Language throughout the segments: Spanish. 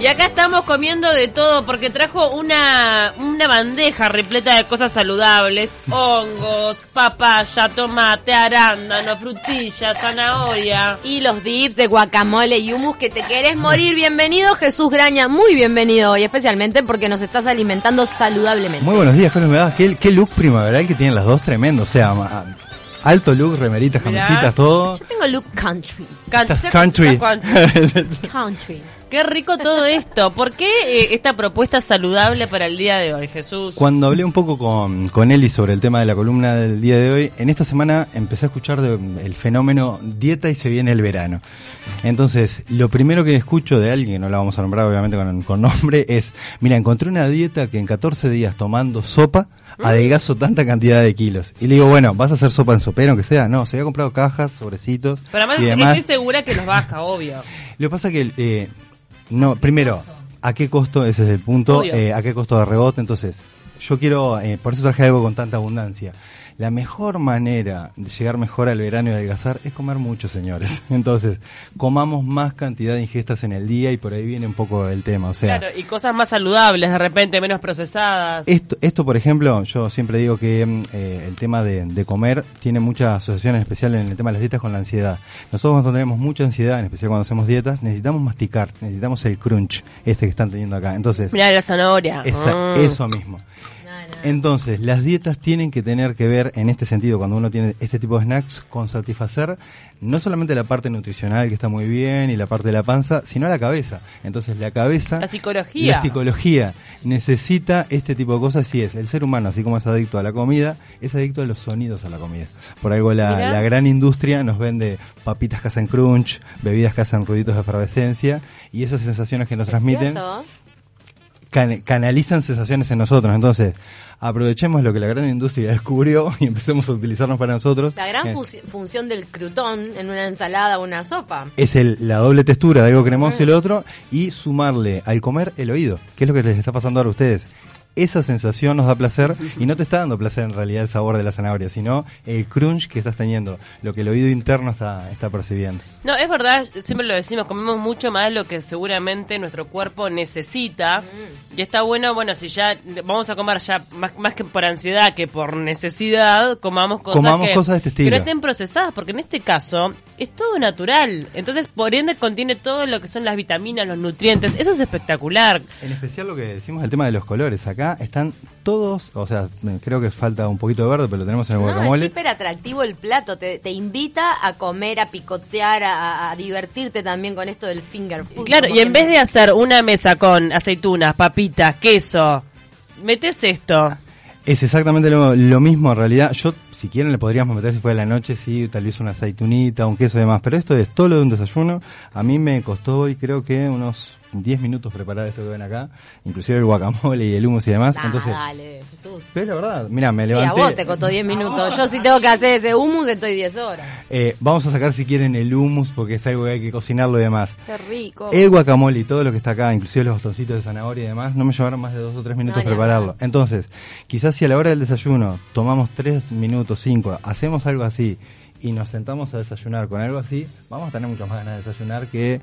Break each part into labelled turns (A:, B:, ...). A: Y acá estamos comiendo de todo porque trajo una, una bandeja repleta de cosas saludables, hongos, papaya, tomate, arándano, frutilla, zanahoria.
B: Y los dips de guacamole y hummus que te querés morir. Bienvenido Jesús Graña, muy bienvenido y especialmente porque nos estás alimentando saludablemente.
C: Muy buenos días, Jorge Medadas. Qué, qué look primaveral que tienen las dos, tremendo. O sea, ma- alto look, remeritas,
A: Mirá.
C: camisitas, todo.
B: Yo tengo look country,
A: Can-
C: Estás
A: ya-
C: country.
B: country.
A: Qué rico todo esto. ¿Por qué eh, esta propuesta saludable para el día de hoy, Jesús?
C: Cuando hablé un poco con, con Eli sobre el tema de la columna del día de hoy, en esta semana empecé a escuchar de- el fenómeno dieta y se viene el verano. Entonces, lo primero que escucho de alguien, no la vamos a nombrar obviamente con, con nombre, es, mira, encontré una dieta que en 14 días tomando sopa
A: Mm.
C: adelgazo tanta cantidad de kilos. Y le digo, bueno, ¿vas a hacer sopa en sopero, aunque sea? No, se había comprado cajas, sobrecitos
A: Pero además
C: y demás.
A: estoy segura que nos baja, obvio.
C: Lo que pasa que, eh, no, primero, ¿a qué costo? Ese es el punto.
A: Obvio.
C: eh, ¿A qué costo de rebote? Entonces, yo quiero, eh, por eso traje algo con tanta abundancia. La mejor manera de llegar mejor al verano y adelgazar es comer mucho, señores. Entonces, comamos más cantidad de ingestas en el día y por ahí viene un poco el tema. O sea,
A: Claro, y cosas más saludables, de repente, menos procesadas.
C: esto, esto, por ejemplo, yo siempre digo que mm, eh, el tema de, de comer tiene mucha asociación en especial en el tema de las dietas con la ansiedad. Nosotros cuando tenemos mucha ansiedad, en especial cuando hacemos dietas, necesitamos masticar, necesitamos el crunch, este que están teniendo acá. Entonces,
A: Mirá la zanahoria.
C: esa-
A: Mm.
C: eso mismo. Entonces, las dietas tienen que tener que ver en este sentido, cuando uno tiene este tipo de snacks, con satisfacer no solamente la parte nutricional, que está muy bien, y la parte de la panza, sino la cabeza. Entonces, la cabeza...
A: La psicología.
C: La psicología necesita este tipo de cosas, así es. El ser humano, así como es adicto a la comida, es adicto a los sonidos a la comida. Por algo
A: Mirá.
C: la, la gran industria nos vende papitas que hacen crunch, bebidas que hacen ruiditos de efervescencia, y esas sensaciones que nos transmiten
B: ¿Cierto?
C: can- canalizan sensaciones en nosotros. Entonces, aprovechemos lo que la gran industria descubrió y empecemos a utilizarnos para nosotros.
B: La gran
C: Eh,
B: fusi- función del crutón en una ensalada o una sopa.
C: es el, la doble textura de algo cremoso y
B: Mm.
C: el otro, y sumarle al comer el oído, que es lo que les está pasando ahora a ustedes. Esa sensación nos da placer y no te está dando placer en realidad el sabor de la zanahoria, sino el crunch que estás teniendo, lo que el oído interno está, está percibiendo.
A: No, es verdad, siempre lo decimos, comemos mucho más de lo que seguramente nuestro cuerpo necesita. Y está bueno, bueno, si ya vamos a comer ya más, más que por ansiedad que por necesidad, comamos cosas,
C: Comamos
A: que,
C: cosas de este estilo.
A: que no estén procesadas, porque en este caso es todo natural. Entonces, por ende, contiene todo lo que son las vitaminas, los nutrientes. Eso es espectacular.
C: En especial lo que decimos el tema de los colores. Acá están todos, o sea, creo que falta un poquito de verde, pero lo tenemos en el
B: No, es
C: guacamole.
B: hiper atractivo el plato, te, te invita a comer, a picotear, a, a divertirte también con esto del finger food.
A: Claro,
B: como
A: y en
B: que-
A: vez de hacer una mesa con aceitunas, papitas, queso, metes esto.
C: Es exactamente lo, lo mismo en realidad. Yo, si quieren, le podríamos meter si fuera la noche, sí, tal vez una aceitunita, un queso y demás. Pero esto es todo lo de un desayuno. A mí me costó hoy creo que unos 10 minutos preparar esto que ven acá. Inclusive el guacamole y el hummus y demás.
B: Nah,
C: Ah, Entonces,
B: dale, Jesús.
C: pero es la verdad, mira, me
B: Sí, a
C: levanté.
B: vos te costó 10 minutos. Yo si tengo que hacer ese hummus estoy 10 horas.
C: Eh, vamos a sacar si quieren el hummus porque es algo que hay que cocinarlo y demás.
B: Qué rico.
C: El guacamole y todo lo que está acá, inclusive los bastoncitos de zanahoria y demás, no me llevaron más de dos o tres minutos
B: ni hablar.
C: prepararlo. Entonces, quizás si a la hora del desayuno tomamos tres minutos, cinco, hacemos algo así y nos sentamos a desayunar con algo así, vamos a tener muchas más ganas de desayunar que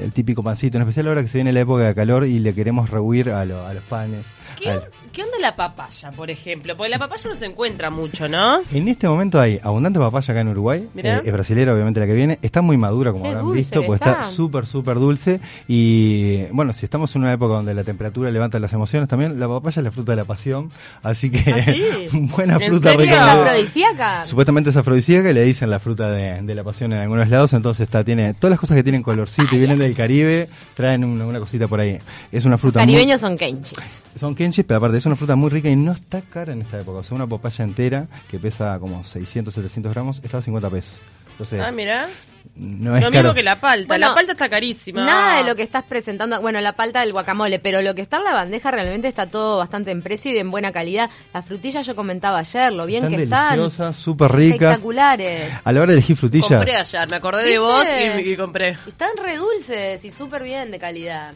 C: el típico pancito, en especial ahora que se viene la época de calor y le queremos rehuir a, lo- a los panes.
A: ¿Qué,
C: al-
A: qué onda la papaya, por ejemplo? Porque la papaya no se encuentra mucho, ¿no?
C: En este momento hay abundante papaya acá en Uruguay.
A: Mirá.
C: Eh, es brasilera, obviamente, la que viene. Está muy madura, como
B: Qué
C: habrán
B: dulce
C: visto,
B: que
C: porque está
B: está.
C: súper, súper dulce. Y bueno, si estamos en una época donde la temperatura levanta las emociones, también la papaya es la fruta de la pasión. Así que,
B: Ah,
C: buena
A: ¿En
C: fruta
A: serio?
B: ¿Es
C: recomendada.
B: afrodisíaca?
C: Supuestamente es afrodisíaca y le dicen la fruta de, de la pasión en algunos lados, entonces está, tiene todas las cosas que tienen colorcito y vienen del Caribe, traen una, una cosita por ahí. Es una fruta muy,
B: Caribeños son kenchis.
C: son kenchis, pero aparte es una fruta muy rica y no está cara en esta época. O sea, una papaya entera que pesa como 600, 700 gramos está a 50 pesos. Entonces,
A: Ah, mirá.
C: no
A: Lo
C: es
A: mismo
C: caro.
A: que la palta.
B: Bueno,
A: la palta está carísima.
B: Nada de lo que estás presentando, bueno, la palta del guacamole, pero lo que está en la bandeja realmente está todo bastante en precio y en buena calidad. Las frutillas yo comentaba ayer, lo bien
C: están
B: que están.
C: deliciosas, súper ricas.
B: Espectaculares.
C: A la hora de elegir frutillas,
A: Compré ayer, me acordé
B: ¿Viste?
A: de vos y, y compré.
B: Están re dulces y súper bien de calidad.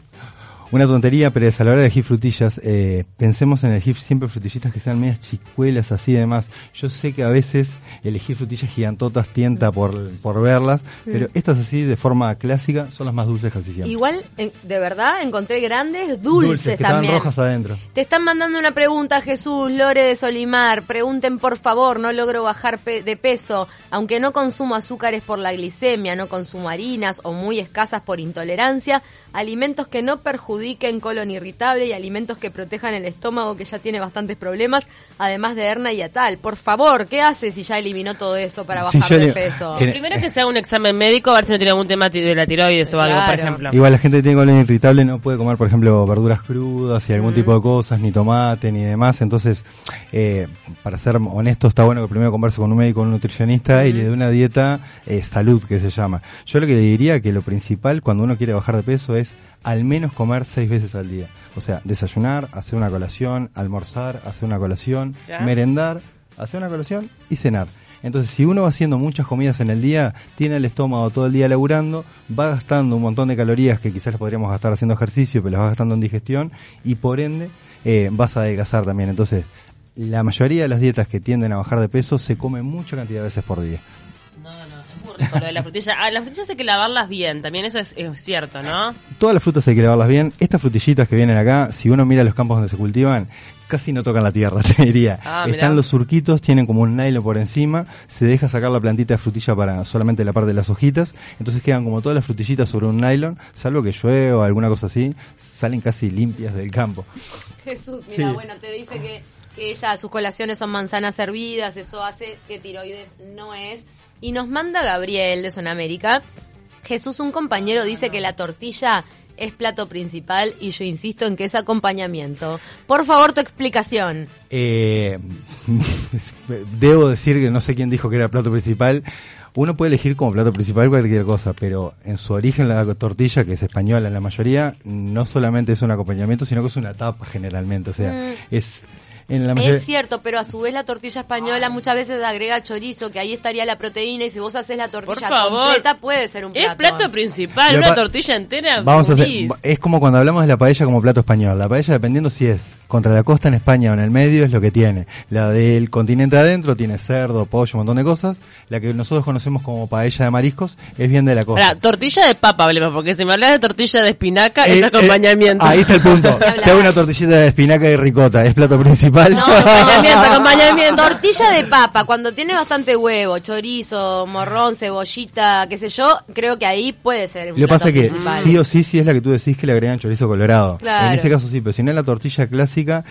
C: Una tontería, pero es a la hora de elegir frutillas, eh, pensemos en elegir siempre frutillitas que sean medias chicuelas, así demás. Yo sé que a veces elegir frutillas gigantotas tienta por, por verlas,
A: Mm.
C: pero estas así de forma clásica son las más dulces casi siempre.
B: Igual, en- de verdad, encontré grandes dulces,
C: que
B: también.
C: estaban rojas adentro.
B: Te están mandando una pregunta, Jesús Lore de Solimar. Pregunten por favor, no logro bajar pe- de peso. Aunque no consumo azúcares por la glicemia, no consumo harinas o muy escasas por intolerancia, alimentos que no perjudiquen colon irritable y alimentos que protejan el estómago que ya tiene bastantes problemas, además de hernia y atal. Por favor, ¿qué hace si ya eliminó todo eso para
C: Sí,
B: bajar
C: yo
B: de
C: le-
B: peso?
C: Eh,
A: Primero que se haga un examen médico, a ver si no tiene algún tema ti- de la tiroides o algo, por
B: Claro.
A: ejemplo.
C: Igual la gente que tiene colon irritable no puede comer, por ejemplo, verduras crudas y algún tipo de cosas, ni tomate, ni demás. Entonces, eh, para ser honesto, está bueno que primero converse con un médico, con un nutricionista y le dé una dieta eh, salud, que se llama. Yo lo que diría que lo principal cuando uno quiere bajar de peso es al menos comer seis veces al día. O sea, desayunar, hacer una colación, almorzar, hacer una colación,
A: Ya.
C: merendar, hacer una colación y cenar. Entonces, si uno va haciendo muchas comidas en el día, tiene el estómago todo el día laburando, va gastando un montón de calorías que quizás las podríamos gastar haciendo ejercicio, pero las va gastando en digestión y por ende eh, vas a adelgazar también. Entonces, la mayoría de las dietas que tienden a bajar de peso se come mucha cantidad de veces por día.
A: No, no, es muy rico lo de la frutilla. Ah, las frutillas hay que lavarlas bien, también eso es, es cierto, ¿no?
C: Todas las frutas hay que lavarlas bien. Estas frutillitas que vienen acá, si uno mira los campos donde se cultivan, casi no tocan la tierra, te diría.
A: Ah, mirá.
C: Están los surquitos, tienen como un nylon por encima, se deja sacar la plantita de frutilla para solamente la parte de las hojitas, entonces quedan como todas las frutillitas sobre un nylon, salvo que llueva o alguna cosa así, salen casi limpias del campo.
B: Jesús, mira,
C: Sí.
B: bueno, te dice que, que ella, sus colaciones son manzanas hervidas, eso hace que tiroides no es. Y nos manda Gabriel de Sonamérica. Jesús, un compañero, dice que la tortilla es plato principal y yo insisto en que es acompañamiento. Por favor, tu explicación.
C: Eh, debo decir que no sé quién dijo que era plato principal. Uno puede elegir como plato principal cualquier cosa, pero en su origen la tortilla, que es española en la mayoría, no solamente es un acompañamiento, sino que es una tapa generalmente. O sea, es en la mayoría.
B: Es cierto, pero a su vez la tortilla española muchas veces agrega chorizo, que ahí estaría la proteína y si vos haces la
A: Por
B: tortilla
A: favor.
B: completa puede ser un plato.
A: Es plato principal,
C: Lo
A: una
C: pa-
A: tortilla entera.
C: Vamos a hacer, eh,
A: morís.
C: es como cuando hablamos de la paella como plato español. La paella, dependiendo si es contra la costa en España o en el medio, es lo que tiene. La del continente adentro tiene cerdo, pollo, un montón de cosas. La que nosotros conocemos como paella de mariscos es bien de la costa.
A: Pará, tortilla de papa, hablemos, porque si me hablas de tortilla de espinaca,
C: Eh,
A: es
C: eh,
A: acompañamiento.
C: ahí está el punto. Te hago una tortillita de espinaca y ricota. Es plato principal.
B: No,
C: Ah.
B: acompañamiento,
A: acompañamiento.
B: Tortilla de papa, cuando tiene bastante huevo, chorizo, morrón, cebollita, qué sé yo, creo que ahí puede ser un
C: Lo que
B: plato
C: pasa que
B: principal.
C: sí o sí, sí es la que tú decís que le agregan chorizo colorado.
B: Claro.
C: En ese caso sí, pero si no es la tortilla clásica,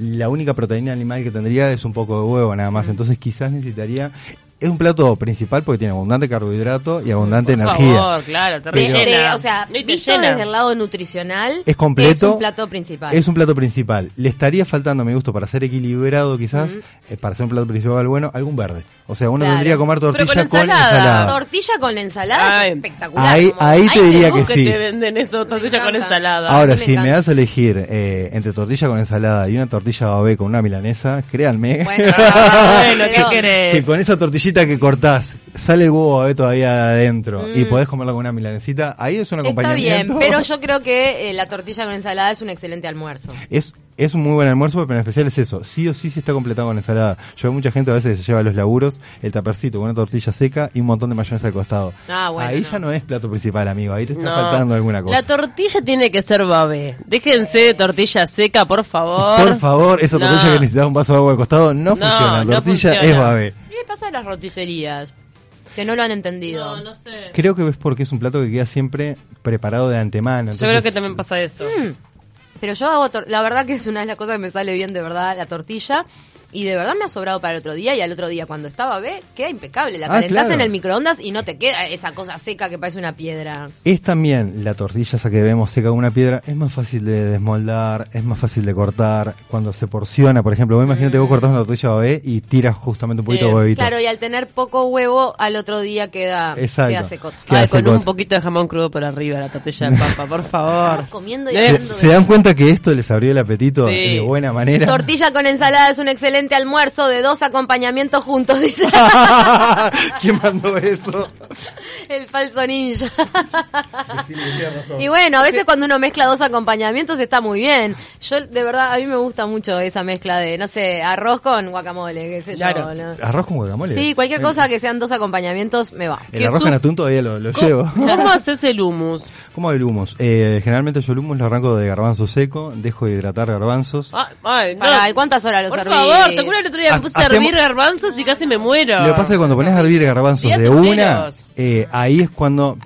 C: la única proteína animal que tendría es un poco de huevo nada
B: Mm.
C: más. Entonces quizás necesitaría... Es un plato principal porque tiene abundante carbohidrato y abundante
A: Por
C: energía.
A: favor, claro, te
B: De-
C: Pero-
B: de-
A: rellena.
B: o sea,
A: No, y te
B: visto
A: llena.
B: desde el lado nutricional,
C: Es completo.
B: Es un plato principal.
C: Es un plato principal. Le estaría faltando, a mi gusto, para ser equilibrado quizás, eh, para ser un plato principal bueno, algún verde. O sea, uno
B: Mm. Claro.
C: tendría que comer
A: Pero
C: tortilla
A: con ensalada.
B: Tortilla con ensalada
A: Ay.
B: es espectacular.
C: Ahí-
B: como-
C: ahí te diría
B: gusta.
A: Uh,
C: que
A: que
C: Eh, sí.
A: te venden eso, tortilla con
B: encanta.
A: ensalada.
C: Ahora,
B: A mí me
C: si me
B: encanta.
C: das a elegir eh, entre tortilla con ensalada y una tortilla babé con una milanesa, créanme
B: Bueno,
A: Ah, bueno,
B: pero-
A: ¿qué querés?
C: que con esa tortillita que cortás sale el huevo babé todavía de adentro y podés comerla con una milanesita, ahí es
B: Mm.
C: un
B: Está bien,
C: acompañamiento.
B: pero yo creo que eh, la tortilla con ensalada es un excelente almuerzo.
C: Es, es un muy buen almuerzo, pero en especial es eso. Sí o sí se está completado con ensalada. Yo veo mucha gente a veces que se lleva a los laburos el tapercito con una tortilla seca y un montón de mayonesa al costado.
B: Ah, bueno,
C: ahí
B: no.
C: ya no es plato principal, amigo. Ahí te está
A: No.
C: faltando alguna cosa.
A: La tortilla tiene que ser babé. Déjense de tortilla seca, por favor.
B: Oh.
C: Por favor, esa
A: No.
C: tortilla que necesitas un vaso de agua al costado
A: No,
C: no, funciona.
A: no
C: La tortilla
A: funciona.
C: es babé.
B: ¿Qué le pasa a las roticerías? Que no lo han entendido.
A: No, no sé.
C: Creo que es porque es un plato que queda siempre preparado de
A: Yo
C: antemano. entonces-
A: creo que también pasa eso.
B: Pero yo hago, tor- la verdad que es una de las cosas que me sale bien, de verdad, la tortilla. Y de verdad me ha sobrado para el otro día. Y al otro día, cuando estaba B, queda impecable. La
C: Ah,
B: calentás
C: claro.
B: en el microondas y no te queda esa cosa seca que parece una piedra.
C: Es también la tortilla esa que vemos seca con una piedra, es más fácil de desmoldar, es más fácil de cortar. Cuando se porciona, por ejemplo, vos imagínate vos cortás una tortilla babé y tiras justamente un
A: Sí.
C: poquito de huevito.
B: Claro, y al tener poco huevo, al otro día queda,
C: Exacto.
B: queda secota.
C: ¿Qué
A: Ay,
C: hace
A: con un
C: Cot?
A: poquito de jamón crudo por arriba, la tortilla de papa, por favor.
B: Comiendo y
A: Eh,
C: ¿Se,
B: hablando
C: se
B: de-
C: dan cuenta que esto les abrió el apetito
A: Sí.
C: de buena manera?
B: Tortilla con ensalada es un excelente almuerzo de dos acompañamientos juntos. dice.
C: ¿Quién mandó eso?
B: El falso ninja. Y bueno, a veces cuando uno mezcla dos acompañamientos está muy bien. Yo, de verdad, a mí me gusta mucho esa mezcla de, no sé, arroz con guacamole, qué sé yo,
A: Claro.
B: ¿no?
C: Arroz con guacamole.
B: Sí, cualquier cosa que sean dos acompañamientos me va.
C: El
A: que
C: arroz
A: su-
C: con atún todavía lo, lo llevo.
A: ¿Cómo, cómo haces el hummus?
C: ¿Cómo hago el humus? Eh, generalmente yo el humus lo arranco de garbanzo seco, dejo de hidratar garbanzos.
A: Ah, ay, no.
B: Pará, ¿y ¿cuántas horas los
A: Por
B: servís?
A: favor, te acuerdas el otro día me
C: Ha-
A: puse a hervir
C: hacemos-
A: garbanzos y casi me muero.
C: Lo que pasa es que cuando pones a hervir garbanzos
A: Días
C: de una,
A: enteros.
C: eh, ahí es cuando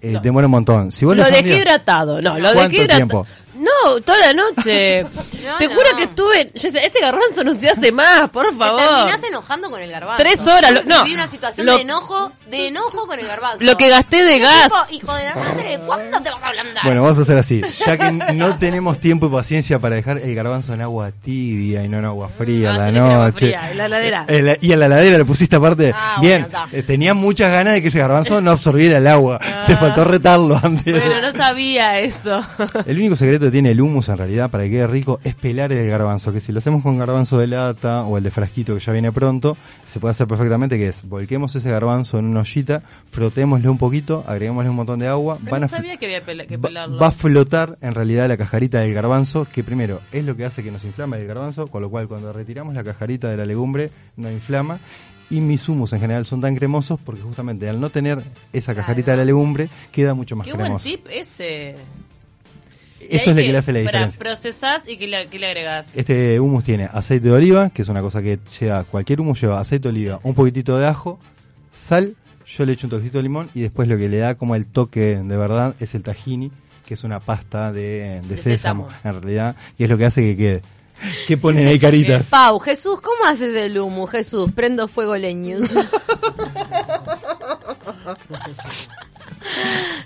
C: eh, demora un montón. Si vos
A: Lo
C: los
A: dejé
C: sándwiches-
A: hidratado, no, lo dejé
C: ¿Cuánto
A: hidratado.
C: tiempo?
A: No, toda la noche.
B: No,
A: Te
B: no.
A: juro que estuve. Yo decía, este garbanzo no se hace más, por
B: Te
A: favor.
B: terminás enojando con el garbanzo.
A: Tres horas, lo- no.
B: Viví una situación
A: Lo-
B: de enojo, de enojo con el garbanzo.
A: Lo que gasté de gas.
B: Tipo, hijo de la madre, ¿cuándo te vas a ablandar?
C: Bueno, vamos a hacer así. Ya que no tenemos tiempo y paciencia para dejar el garbanzo en agua tibia y no en agua fría
A: Ah,
C: a la
A: yo le quiero agua
C: noche.
A: fría, en la heladera.
C: Eh, la- y a la ladera le pusiste aparte.
B: Ah,
C: Bien,
B: bueno, está.
C: eh, tenía muchas ganas de que ese garbanzo no absorbiera el agua. Te faltó retarlo antes.
A: Ah. Bueno, no sabía eso.
C: El único secreto que tiene el humus en realidad para que quede rico es pelar el garbanzo, que si lo hacemos con garbanzo de lata o el de frasquito que ya viene pronto, se puede hacer perfectamente, que es volquemos ese garbanzo en una ollita, frotémosle un poquito, agreguémosle un montón de agua,
A: Pero
C: van
A: no
C: a fl-
A: sabía que había pela- que
C: va-
A: pelarlo.
C: va a flotar en realidad la cajarita del garbanzo, que primero es lo que hace que nos inflama el garbanzo, con lo cual cuando retiramos la cajarita de la legumbre no inflama. Y mis humos en general son tan cremosos porque justamente al no tener esa cajarita de la legumbre queda mucho más
A: Qué buen
C: cremoso.
A: tip ese. Y ahí
C: Eso es lo que le hace la
A: pará,
C: diferencia.
A: procesás y que le, que le agregás.
C: Este hummus tiene aceite de oliva, que es una cosa que lleva, cualquier hummus lleva aceite de oliva, un poquitito de ajo, sal, yo le echo un toquecito de limón y después lo que le da como el toque de verdad es el tahini, que es una pasta de, de
A: sésamo.
C: sésamo, en realidad, y es lo que hace que quede. ¿Qué ponen ahí caritas?
B: Pau, Jesús, ¿cómo haces el humo? Jesús, prendo fuego leños.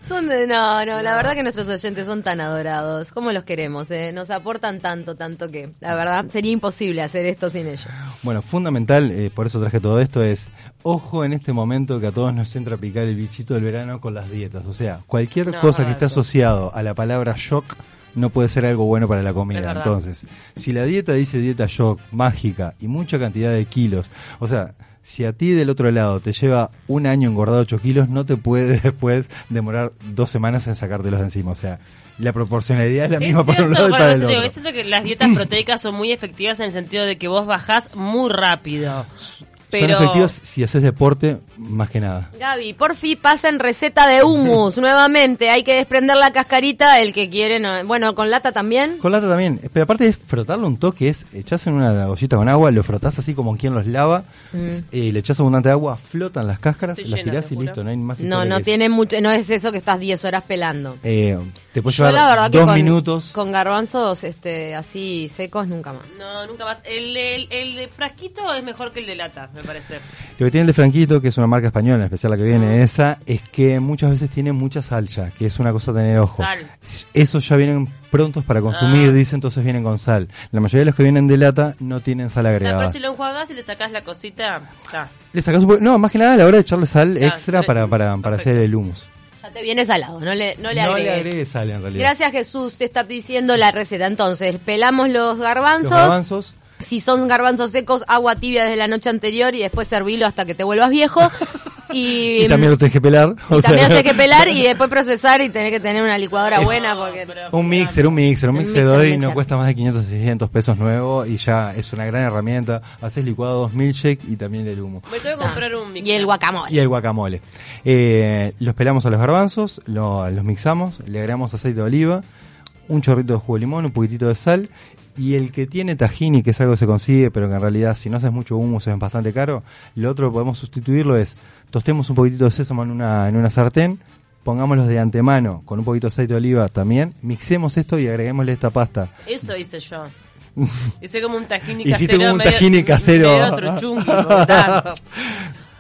B: son de, no, no, la verdad que nuestros oyentes son tan adorados. ¿Cómo los queremos? eh? Nos aportan tanto, tanto que, la verdad, sería imposible hacer esto sin ellos.
C: Bueno, fundamental, eh, por eso traje todo esto, es ojo en este momento que a todos nos entra a picar el bichito del verano con las dietas. O sea, cualquier
A: No,
C: cosa
A: es
C: que esté
A: verdad,
C: asociado a la palabra shock no puede ser algo bueno para la
A: Es
C: comida.
A: verdad.
C: Entonces, si la dieta dice dieta shock, mágica y mucha cantidad de kilos, o sea, si a ti del otro lado te lleva un año engordado 8 kilos, no te puede después demorar dos semanas en sacártelos de encima. O sea, la proporcionalidad es la misma
A: es cierto,
C: para un lado y
A: bueno,
C: para
A: eso
C: el
A: te digo,
C: otro.
A: es cierto que las dietas proteicas son muy efectivas en el sentido de que vos bajás muy rápido. Pero
C: Son efectivos si haces deporte, más que nada.
B: Gaby, por fin pasen receta de humus nuevamente. Hay que desprender la cascarita, el que quiere. no- Bueno, con lata también.
C: Con lata también. Pero aparte de frotarlo un toque, es echás en una ollita con agua, lo frotás así como quien los lava,
B: Mm.
C: eh, le echás abundante agua, flotan las cáscaras,
A: Te
C: las
A: llena,
C: tirás
A: te
C: y
A: juro.
C: listo, no hay más
B: No,
C: historia
B: no
C: que
B: tiene mucho, no es eso que estás 10 horas pelando.
C: esa. Eh, te puede
B: Yo, la verdad
C: llevar
B: que
C: dos
B: con,
C: minutos.
B: con garbanzos este, así secos nunca más.
A: No, nunca más. El, el, el de frasquito es mejor que el de lata, me parece.
C: Lo que tiene el de Franquito, que es una marca española, en especial la que
B: Ah.
C: viene esa, es que muchas veces tiene mucha sal ya, que es una cosa a tener ojo.
A: Sal.
C: Esos ya vienen prontos para consumir,
A: Ah.
C: dice, entonces vienen con sal. La mayoría de los que vienen de lata no tienen sal
A: Ah,
C: agregada.
A: pero si lo enjuagás y le sacás la cosita, está.
C: Le sacás un poco- No, más que nada a la hora de echarle sal
A: Ah,
C: extra
A: pero-
C: para, para, para hacer
A: perfecto.
C: el humus.
B: Ya te viene salado, no le, no le agregues.
C: agregues sal en realidad.
B: Gracias Jesús, te está diciendo la receta. Entonces, pelamos los
C: Los
B: garbanzos.
C: garbanzos.
B: Si son garbanzos secos, agua tibia desde la noche anterior y después servilo hasta que te vuelvas viejo. Y,
C: Y también los tenés que pelar.
B: y
C: o sea,
B: también lo tenés que pelar y después procesar y tenés que tener una licuadora
C: Es-
B: buena porque...
C: Un mixer, un mixer, un
B: Un
C: mixer
B: mixer,
C: hoy
B: un
C: no
B: mixer.
C: cuesta más de 500 600 pesos nuevo y ya es una gran herramienta. Haces licuados, milkshake y también el humo.
A: Me tengo que comprar un mix.
B: Ah. Y el guacamole.
C: Y el guacamole. Eh, los pelamos a los garbanzos, lo- los mixamos, le agregamos aceite de oliva, un chorrito de jugo de limón, un poquitito de sal. Y el que tiene tahini, que es algo que se consigue, pero que en realidad si no haces mucho hummus es bastante caro, lo otro que podemos sustituirlo es tostemos un poquitito de sésamo en una, en una sartén, pongámoslos de antemano con un poquito de aceite de oliva también, mixemos esto y agreguémosle esta pasta.
A: Eso hice yo. Hice como un tajini casero.
C: Hiciste como un
A: medio-
C: tahini casero.
A: medio truchungui, porque está-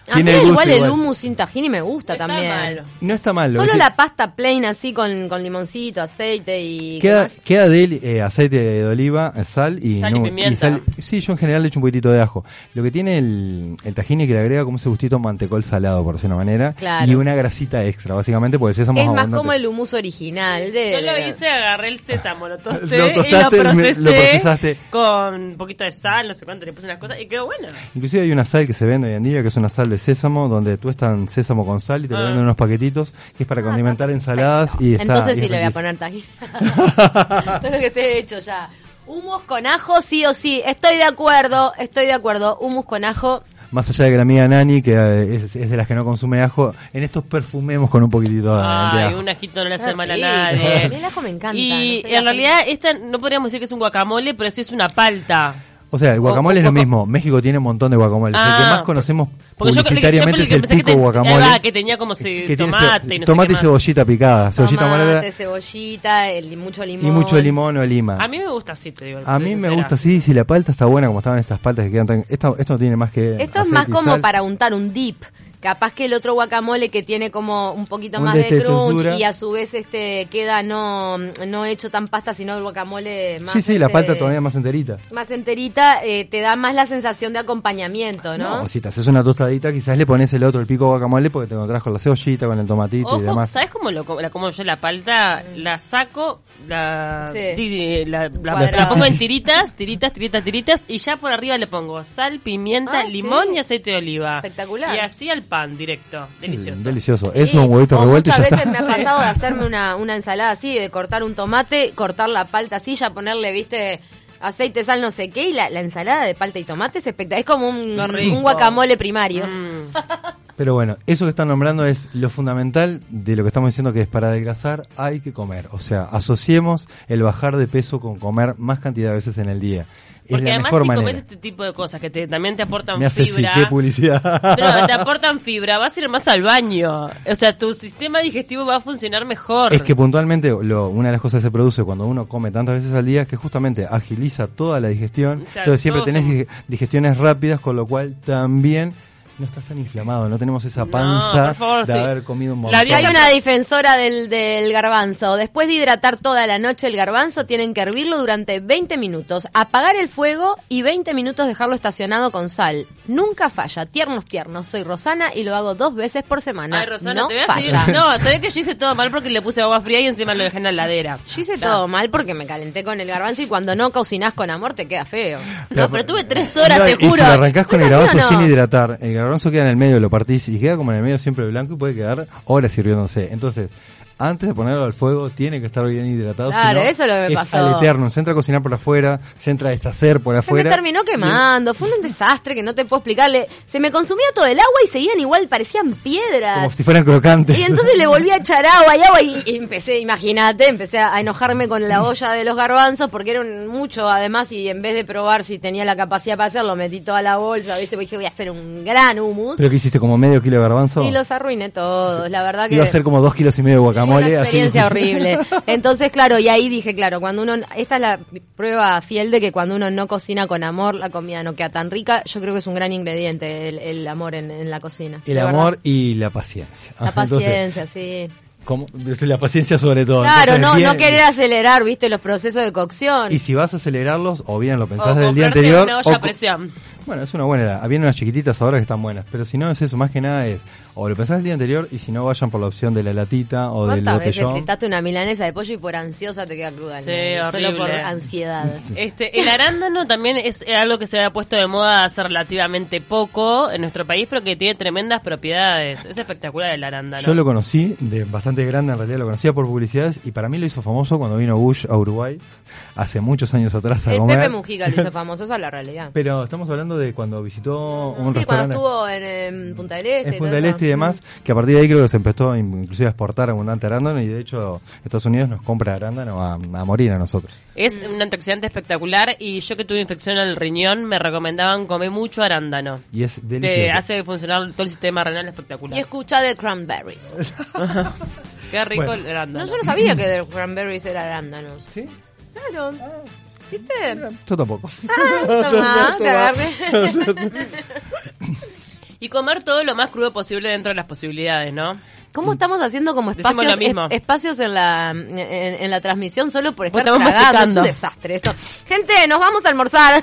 B: A mí
C: el gusto
B: Ah, igual el
C: igual.
B: hummus sin tahini me gusta
A: está
B: también.
A: malo.
C: No está mal. lo que
B: Solo
C: tiene-
B: la pasta plain así con, con limoncito, aceite y... ¿qué
C: Queda,
B: más?
C: queda de li- eh, aceite de oliva, eh, sal y,
A: Sal y pimienta.
C: sí, yo en general le echo un poquitito de ajo. Lo que tiene el, el tahini que le agrega como ese gustito mantecol salado, por decirlo de una manera.
B: Claro.
C: Y una grasita extra, básicamente, porque el sésamo
B: Es más
C: abundante.
B: como el hummus original de...
A: Yo lo hice, agarré el sésamo, lo tosté,
C: Lo tostaste,
A: y
C: me-
A: lo
C: lo
A: procesé
C: procesaste.
A: con un poquito de sal, no sé cuánto, le puse unas cosas y quedó bueno.
C: Inclusive hay una sal que se vende hoy en día, que es una sal de de sésamo, donde tuestan sésamo con sal
A: Ah.
C: y te lo venden en unos paquetitos, que es para condimentar ensaladas y está.
B: Ah, Entonces
C: y
B: sí
C: es
B: le voy a
C: riquísimo.
B: poner tajín. Todo lo que esté hecho ya. Humus con ajo, sí o sí. Estoy de acuerdo, estoy de acuerdo. Humus con ajo.
C: Más allá de que la amiga Nani, que eh, es, es de las que no consume ajo, en estos perfumemos con un poquitito de- de
A: Ay,
C: ajo.
A: un ajito no le hace
B: Ah,
A: mal a
B: sí.
A: nadie.
B: El ajo me encanta,
A: Y
B: no sé,
A: en
B: la
A: realidad, esta no podríamos decir que es un guacamole, pero sí es una palta.
C: O sea, el guacamole
A: O-
C: es lo
A: o-
C: mismo. México tiene un montón de guacamoles. el que
A: Ah,
C: más conocemos
A: Porque yo, yo
C: publicitariamente es el
A: pensé que,
C: pico
A: te-
C: guacamole.
A: ahí va, que tenía como si
C: que tiene
A: tomate
C: ce-
A: y no sé
C: tomate
A: qué
C: y
A: más.
C: cebollita picada, cebollita
B: Tomate,
C: morada
B: cebollita, el, mucho limón.
C: y mucho limón o lima.
A: A mí me gusta así, te digo.
C: Ah. A
A: soy
C: mí me
A: sincera.
C: gusta así, si la palta está buena como estaban estas paltas que quedan tan... Esta, esto no tiene más que...
B: Esto es
C: aceite
B: más
C: y
B: como
C: sal.
B: para untar un dip. Capaz que el otro guacamole que tiene como un poquito
C: Un
B: más
C: de
B: de
C: este
B: crunch
C: textura.
B: y a su vez este queda no, no hecho tan pasta, sino el guacamole más.
C: Sí, sí, la
B: este,
C: palta todavía más enterita.
B: Más enterita, eh, te da más la sensación de acompañamiento, ¿no?
C: O si te haces una tostadita, quizás le pones el otro, el pico guacamole, porque te encontrás con la cebollita, con el tomatito y
A: Ojo,
C: demás.
A: ¿sabes cómo lo, co- la como yo la palta? La saco, la,
B: Sí.
A: di- di- la, la-
B: Cuadrada.
A: la pongo en tiritas, tiritas, tiritas, tiritas, y ya por arriba le pongo sal, pimienta,
B: Ah,
A: limón
B: sí.
A: y aceite de oliva.
B: Espectacular.
A: Y así al pan directo. Delicioso.
C: Mm, Delicioso. Eso,
B: Sí,
C: un huevito
B: o
C: revuelto y
B: Muchas
C: ya
B: veces
C: está.
B: me ha pasado de hacerme una, una ensalada así, de cortar un tomate, cortar la palta así, ya ponerle, viste, aceite, sal, no sé qué, y la, la ensalada de palta y tomate es espectacular. Es como un,
A: Qué rico.
B: un guacamole primario.
A: Mm.
C: Pero bueno, eso que están nombrando es lo fundamental de lo que estamos diciendo que es para adelgazar hay que comer. O sea, asociemos el bajar de peso con comer más cantidad de veces en el día. Es
A: Porque
C: la
A: además
C: mejor
A: si comes
C: manera.
A: este tipo de cosas que te- también te aportan
C: Me hace sí,
A: fibra.
C: qué publicidad.
A: pero te aportan fibra, vas a ir más al baño. O sea, tu sistema digestivo va a funcionar mejor.
C: Es que puntualmente lo- una de las cosas que se produce cuando uno come tantas veces al día es que justamente agiliza toda la digestión.
A: O sea,
C: entonces siempre
A: todos
C: tenés
A: somos-
C: dig- digestiones rápidas, con lo cual también no estás tan inflamado, no tenemos esa
A: No,
C: panza
A: por favor,
C: de
A: sí.
C: haber comido un
A: La
C: montón.
A: dieta
B: Hay una defensora del, del garbanzo. Después de hidratar toda la noche el garbanzo, tienen que hervirlo durante 20 minutos, apagar el fuego y 20 minutos dejarlo estacionado con sal. Nunca falla, tiernos, tiernos. Soy Rosana y lo hago dos veces por semana.
A: Ay, Rosana,
B: no
A: te voy a seguir.
B: falla.
A: No, sabés que yo hice todo mal porque le puse agua fría y encima lo dejé en la heladera.
B: Yo hice todo mal porque me calenté con el garbanzo y cuando no cocinás con amor te queda feo.
C: Pero-
B: No, pero tuve tres horas,
C: No,
B: te juro.
C: Y si lo arrancás con
B: ¿No
C: el
B: es así
C: garbanzo
B: o no?
C: sin hidratar, el garbanzo queda en el medio, lo partís y queda como en el medio siempre blanco y puede quedar horas sirviéndose. Entonces, antes de ponerlo al fuego, tiene que estar bien hidratado. si
B: Claro,
C: no,
B: eso es lo que me
C: es
B: pasó.
C: al eterno. Se entra a cocinar por afuera, se entra a deshacer por
B: Se me
C: afuera.
B: terminó quemando, fue un desastre que no te puedo explicarle. Se me consumía todo el agua y seguían igual, parecían
C: Como
B: piedras.
C: si fueran crocantes.
B: Y entonces le volví a echar agua y agua y, y empecé, imagínate, empecé a enojarme con la olla de los garbanzos porque era un- mucho además y en vez de probar si tenía la capacidad para hacerlo, metí toda la bolsa, ¿viste? Porque dije, voy a hacer un gran hummus.
C: Pero que hiciste como medio kilo de garbanzo.
B: Y los arruiné todos, la verdad que...
C: Iba a ser como dos kilos y medio de guacamole.
B: Una experiencia
C: así.
B: horrible. Entonces, claro, y ahí dije, claro, cuando uno, esta es la prueba fiel de que cuando uno no cocina con amor, la comida no queda tan rica. Yo creo que es un gran ingrediente el, el amor en, en la cocina.
C: El
B: de verdad.
C: amor y la paciencia.
B: La
C: Entonces,
B: paciencia, sí.
C: ¿cómo? la paciencia sobre todo.
B: Claro,
C: Entonces,
B: no,
C: bien-
B: no querer acelerar, viste, los procesos de cocción.
C: Y si vas a acelerarlos, o bien lo pensás
A: o
C: del día
A: comprarte
C: anterior.
A: Oh, una
C: o
A: olla a
C: co-
A: presión.
C: Bueno, es una buena idea. Habían unas chiquititas ahora que están buenas, pero si no es eso, más que nada es o lo pensás el día anterior y si no vayan por la opción de la latita o del
B: ¿Cuántas veces
C: botellón.
B: fritaste una milanesa de pollo y por ansiosa te queda cruda? el
A: Sí,
B: medio? Solo por
A: horrible.
B: ansiedad.
A: Este, el arándano también es algo que se había puesto de moda hace relativamente poco en nuestro país, pero que tiene tremendas propiedades. Es espectacular el arándano.
C: Yo lo conocí de bastante grande, en realidad lo conocía por publicidades y para mí lo hizo famoso cuando vino Bush a Uruguay hace muchos años atrás a
B: El
C: comer.
B: Eh, Pepe Mujica lo hizo famoso, esa es la realidad.
C: Pero estamos hablando de cuando visitó
B: sí,
C: un
B: cuando
C: restaurante
B: estuvo en, em, Punta del Este.
C: en
B: y
C: Punta
B: todo
C: del
B: eso.
C: Este y demás, que a partir de ahí creo que se empezó a in- inclusive a exportar abundante arándano y de hecho Estados Unidos nos compra arándano a, a morir a nosotros.
A: Es un antioxidante espectacular y yo que tuve infección al riñón me recomendaban comer mucho arándano.
C: Y es
A: Te
C: delicioso.
A: hace funcionar todo el sistema renal espectacular.
B: Y escucha de cranberries.
A: Qué rico
C: Bueno.
A: el arándano.
B: No, yo no sabía que de cranberries era arándanos.
C: ¿Sí?
B: Claro. ¿Viste?
C: Yo tampoco.
B: Ah, tomá, te agarré.
A: Y comer todo lo más crudo posible dentro de las posibilidades, ¿no?
B: ¿Cómo estamos haciendo como
A: Decimos
B: espacios,
A: lo mismo.
B: es- espacios en, la, en, en la transmisión solo por estar
A: Porque estamos
B: tragando? Es
A: masticando.
B: un desastre esto. Gente, nos vamos a almorzar.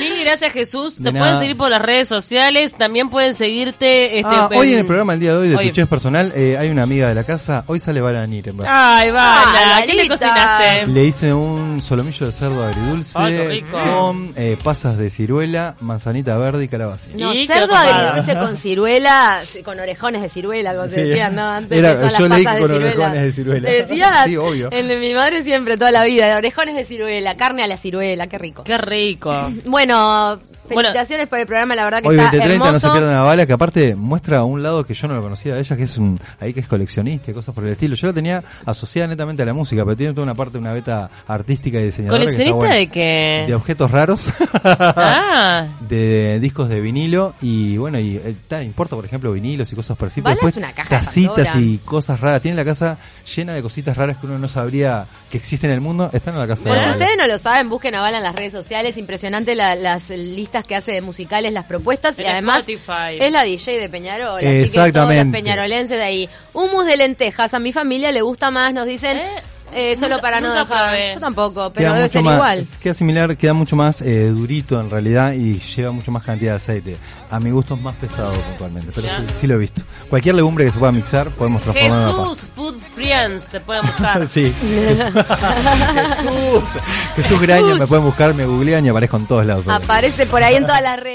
A: Mil gracias, Jesús.
C: De
A: Te
C: nada.
A: pueden seguir por las redes sociales. También pueden seguirte. Este,
C: Ah, hoy en el programa, el día de hoy, de
A: hoy.
C: Clichés Personal, eh, hay una amiga de la casa. Hoy sale Vara Nirenberg.
A: Ay,
B: Ah,
A: vaya. ¿Qué le
B: Lalita.
A: cocinaste?
C: Le hice un solomillo de cerdo agridulce
A: Ay, qué rico.
C: con eh, pasas de ciruela, manzanita verde y calabacín.
B: No,
A: Y
B: cerdo
A: quedó tapada.
B: agridulce con ciruela, con orejones de ciruela, como se
C: Sí.
B: decían, ¿no? Antes
C: Era-
B: que son
C: yo
B: las
C: leí
B: pasas
C: con
B: de ciruela.
C: orejones de ciruela.
B: ¿Le decías?
C: Sí, obvio.
B: El de mi madre siempre, toda la vida, orejones de ciruela, carne a la ciruela, qué rico.
A: Qué rico.
B: Bueno,
A: Bueno.
B: felicitaciones por el programa, la
A: Ah,
B: verdad que
C: Hoy
B: está
C: 2030 no se
B: hermoso.
C: pierdan la bala, que aparte muestra un lado que yo no lo conocía de ella, que es un, ahí que es coleccionista y cosas por el estilo. Yo la tenía asociada netamente a la música, pero tiene toda una parte, una beta artística y diseñadora. que está
A: ¿Coleccionista
C: buena.
A: de qué?
C: De objetos raros.
A: Ah.
C: de discos de vinilo y bueno, y eh, ta, importa por ejemplo vinilos y cosas por
B: Bala
C: ejemplo.
B: es
C: Después
B: una caja de
C: casitas
B: Pandora.
C: y cosas raras. Tiene la casa llena de cositas raras que uno no sabría que existen en el mundo. Están en la casa. de
B: Por si
C: Bala.
B: ustedes no lo saben, busquen a Bala en las redes sociales. Impresionante la- las listas que hace de musicales, las propuestas.
A: En
B: y además
A: Spotify.
B: es la DJ de Peñarol. Así que todos los
C: Exactamente.
B: peñarolenses de ahí. Humus de lentejas. A mi familia le gusta más, nos dicen.
A: Eh,
B: eh, solo
A: nunca-
B: para no
A: nunca
B: dejar.
A: probé.
B: Yo tampoco,
C: Queda
B: pero debe
C: mucho
B: ser
C: más-
B: igual.
C: Queda similar, queda mucho más eh, durito en realidad y lleva mucho más cantidad de aceite. A mi gusto es más pesado puntualmente, pero sí, sí lo he visto. Cualquier legumbre que se pueda mixar podemos transformar en una
A: Jesús Food Friends. Te pueden buscar.
C: pasta. Sí. Jesús. Jesús Graña, me pueden buscar, me googlean y aparezco en todos lados.
B: Aparece por ahí en todas las redes.